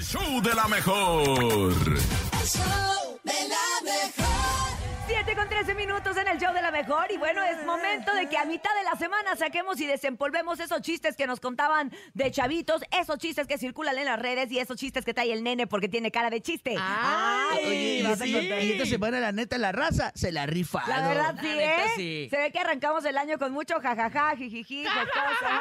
show de la mejor. show de la mejor. 7 con 13 minutos en el show de la mejor y bueno, es momento de que a mitad de la semana saquemos y desempolvemos esos chistes que nos contaban de chavitos, esos chistes que circulan en las redes y esos chistes que trae el nene porque tiene cara de chiste. Ay, Oye, vas a sí. Ah, contar. y esta semana, la neta, la raza se la rifa. La verdad sí, La neta, ¿eh? sí. Se ve que arrancamos el año con mucho jajaja, jijiji, jocosa.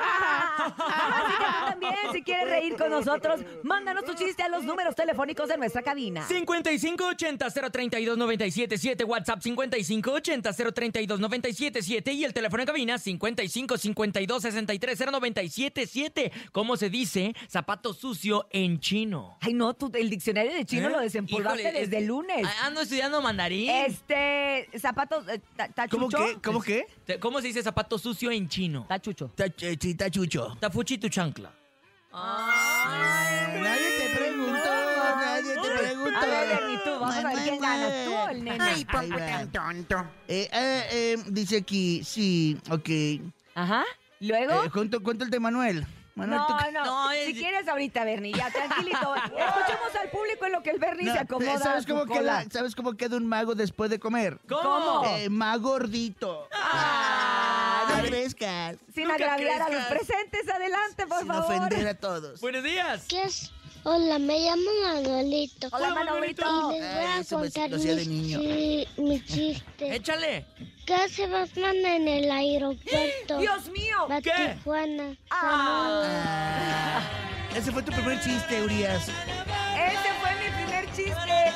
Así que tú también, si quieres reír con nosotros, mándanos tu chiste a los números telefónicos de nuestra cabina. 5580-032-977, WhatsApp 5580-032-977 y el teléfono en cabina 5552-630977. ¿Cómo se dice zapato sucio en chino? Ay, no, tú, el diccionario de chino ¿Eh? lo desempolvaste Híjole, desde es- el lunes. Ah, Ando estudiando mandarín. Este, zapatos, eh, ta- ¿Cómo tachucho. qué? ¿Cómo qué? Te- ¿Cómo se dice zapato sucio en chino? Tachucho. Chita chucho. Tafuchi tu chancla. Nadie te preguntó, nadie te preguntó. A ver, Ernie, tú, vamos a ver quién gana, tú o el nene. Ay, papá tan tonto. Eh, dice aquí, sí, ok. Ajá. Luego. Eh, ¿cuánto, ¿Cuánto el de Manuel? Manuel, no, ¿tú no, qué- no, Si es- quieres ahorita, Bernie, ya, tranquilito. Escuchemos al público en lo que el Bernie se No, eh, acomoda. ¿sabes su cómo, cola. queda, ¿Sabes cómo queda un mago después de comer? ¿Cómo? Eh, mago gordito. Ah, no crezcas. Sin nunca agraviar a los crezcas. presentes, adelante, por Sin favor. ofender a todos. Buenos días. ¿Qué es? Hola, me llamo Manolito. Hola, Hola, Manolito. Y les voy Ah, a eso me- contar lo hacía de mis niño. chi- mi chiste. Échale. ¿Qué hace Batman en el aeropuerto? Dios mío. Va a ¿qué? Tijuana. Ah. Ah. Ese fue tu primer chiste, Urias. Este fue mi primer chiste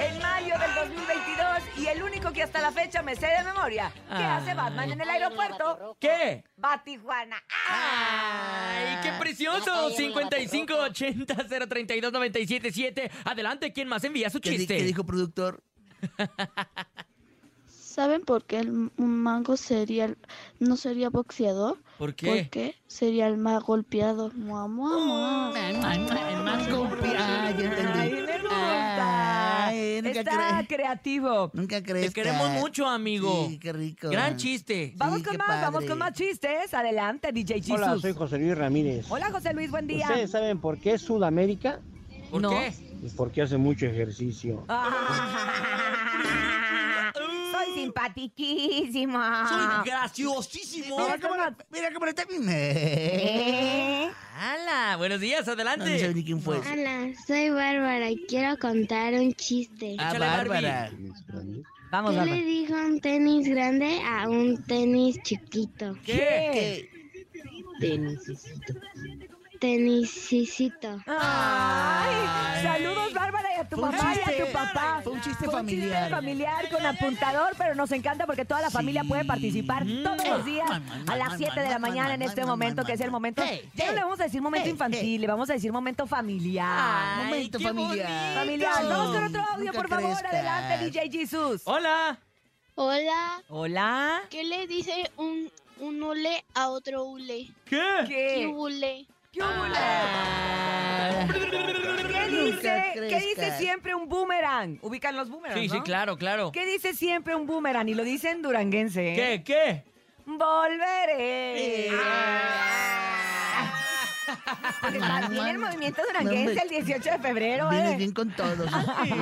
en mayo del 2022 y el único que hasta la fecha me sé de memoria. ¿Qué Ah. hace Batman en el aeropuerto? ¿Qué? Va a Tijuana. ¡Ay, qué precioso! 5580-032-977. Adelante, ¿quién más envía su ¿Qué, di- chiste? qué dijo productor? ¿Saben por qué el, m- un mango sería el- no sería boxeador? ¿Por qué? Porque sería el más golpeado. Mua, mua, mua. Ah, ya Ay, entendí. me gusta. Ay, nunca Está cre- creativo. Nunca Te crees. queremos mucho, amigo. Sí, qué rico. Gran chiste. Vamos Sí, con qué más, vamos padre. con más chistes. Adelante, DJ Jesus. Hola, soy José Luis Ramírez. Hola, José Luis, buen día. ¿Ustedes saben por qué es Sudamérica? ¿Por No. qué? Pues porque hace mucho ejercicio. Ah, soy ¿Eh? simpatiquísima. Soy graciosísimo. Mira Ah. cómo, la- mira cómo le está ¿Eh? ¡Hala! Buenos días, No, no sabe adelante. ni quién fue. ese. Hola, soy Bárbara y quiero contar un chiste. Ah, Échale, Barbie. Bárbara. Vamos, ¿Qué Bárbara. le dijo un tenis grande a un tenis chiquito? ¿Qué? ¿Qué? Tenisicito. Ay, Ay. saludos Bárbara y a tu Fue un mamá y a chiste- tu papá. fue un chiste Fue familiar. familiar con apuntador, pero nos encanta porque toda la familia puede participar Mm. todos los días a las 7 de la mañana en este momento, que es el momento. Hey, Ya no hey, le vamos a decir momento hey, infantil, le vamos a decir momento familiar. Ay, Momento qué familiar. bonito. Familiar. Vamos con otro audio, Nunca por favor. crezcas. Oh. Adelante, DJ Jesus. Hola. Hola, Hola. ¿qué le dice un, un hule a otro hule? ¿Qué? ¿Qué? hule? ¿Qué hubo? ¿Qué dice, ¿Qué dice Ah. crezcas. siempre un boomerang? Ubican los boomerangs, Sí, ¿no? sí, claro, claro. ¿Qué dice siempre un boomerang? Y lo dicen duranguense. ¿eh? ¿Qué? ¿Qué? Volveré. Porque también el movimiento duranguense el 18 de febrero, Vienes ¿eh? bien con todos.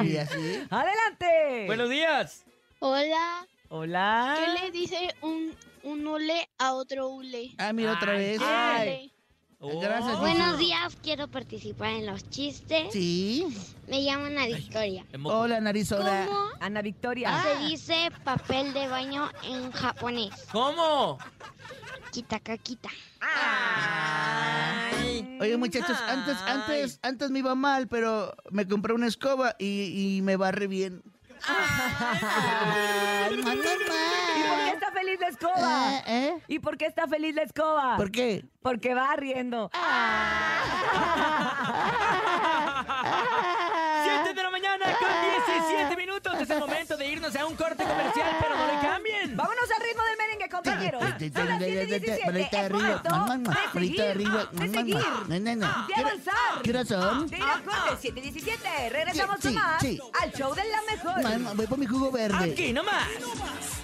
Y así. ¡Adelante! Buenos días. Hola, Hola. ¿qué le dice un, un hule a otro hule? Ah, mira otra Ay, vez. qué Hule. Eh, Gracias. Buenos días, quiero participar en los chistes. Sí. Me llamo Ana Victoria. Emoji. Hola, narizona. ¿Cómo Ana Victoria. Ah. se dice papel de baño en japonés? ¿Cómo? Kitaka kita. Ah. Ay. Oye, muchachos, antes, Ay. antes, antes me iba mal, pero me compré una escoba y, y me barre bien. Ah, mamá, ¿Y por qué mamá. está feliz la escoba? Ah, ¿eh? ¿Y por qué está feliz la escoba? ¿Por qué? Porque va riendo. 7 de la mañana con 17 minutos. Es el momento de irnos a un corte comercial, pero no le cambien. Vámonos al ritmo del merengue, compañeros. Son las 7:17. Manita Es arriba, momento mamá, de manita seguir, arriba, de seguir, No, no, no. de ¿Qué- avanzar. ¿Qué horas son? De ir a corte, 7:17. Regresamos Sí, con más sí. al show de la mejor. Mamá, voy por mi jugo verde. Aquí nomás.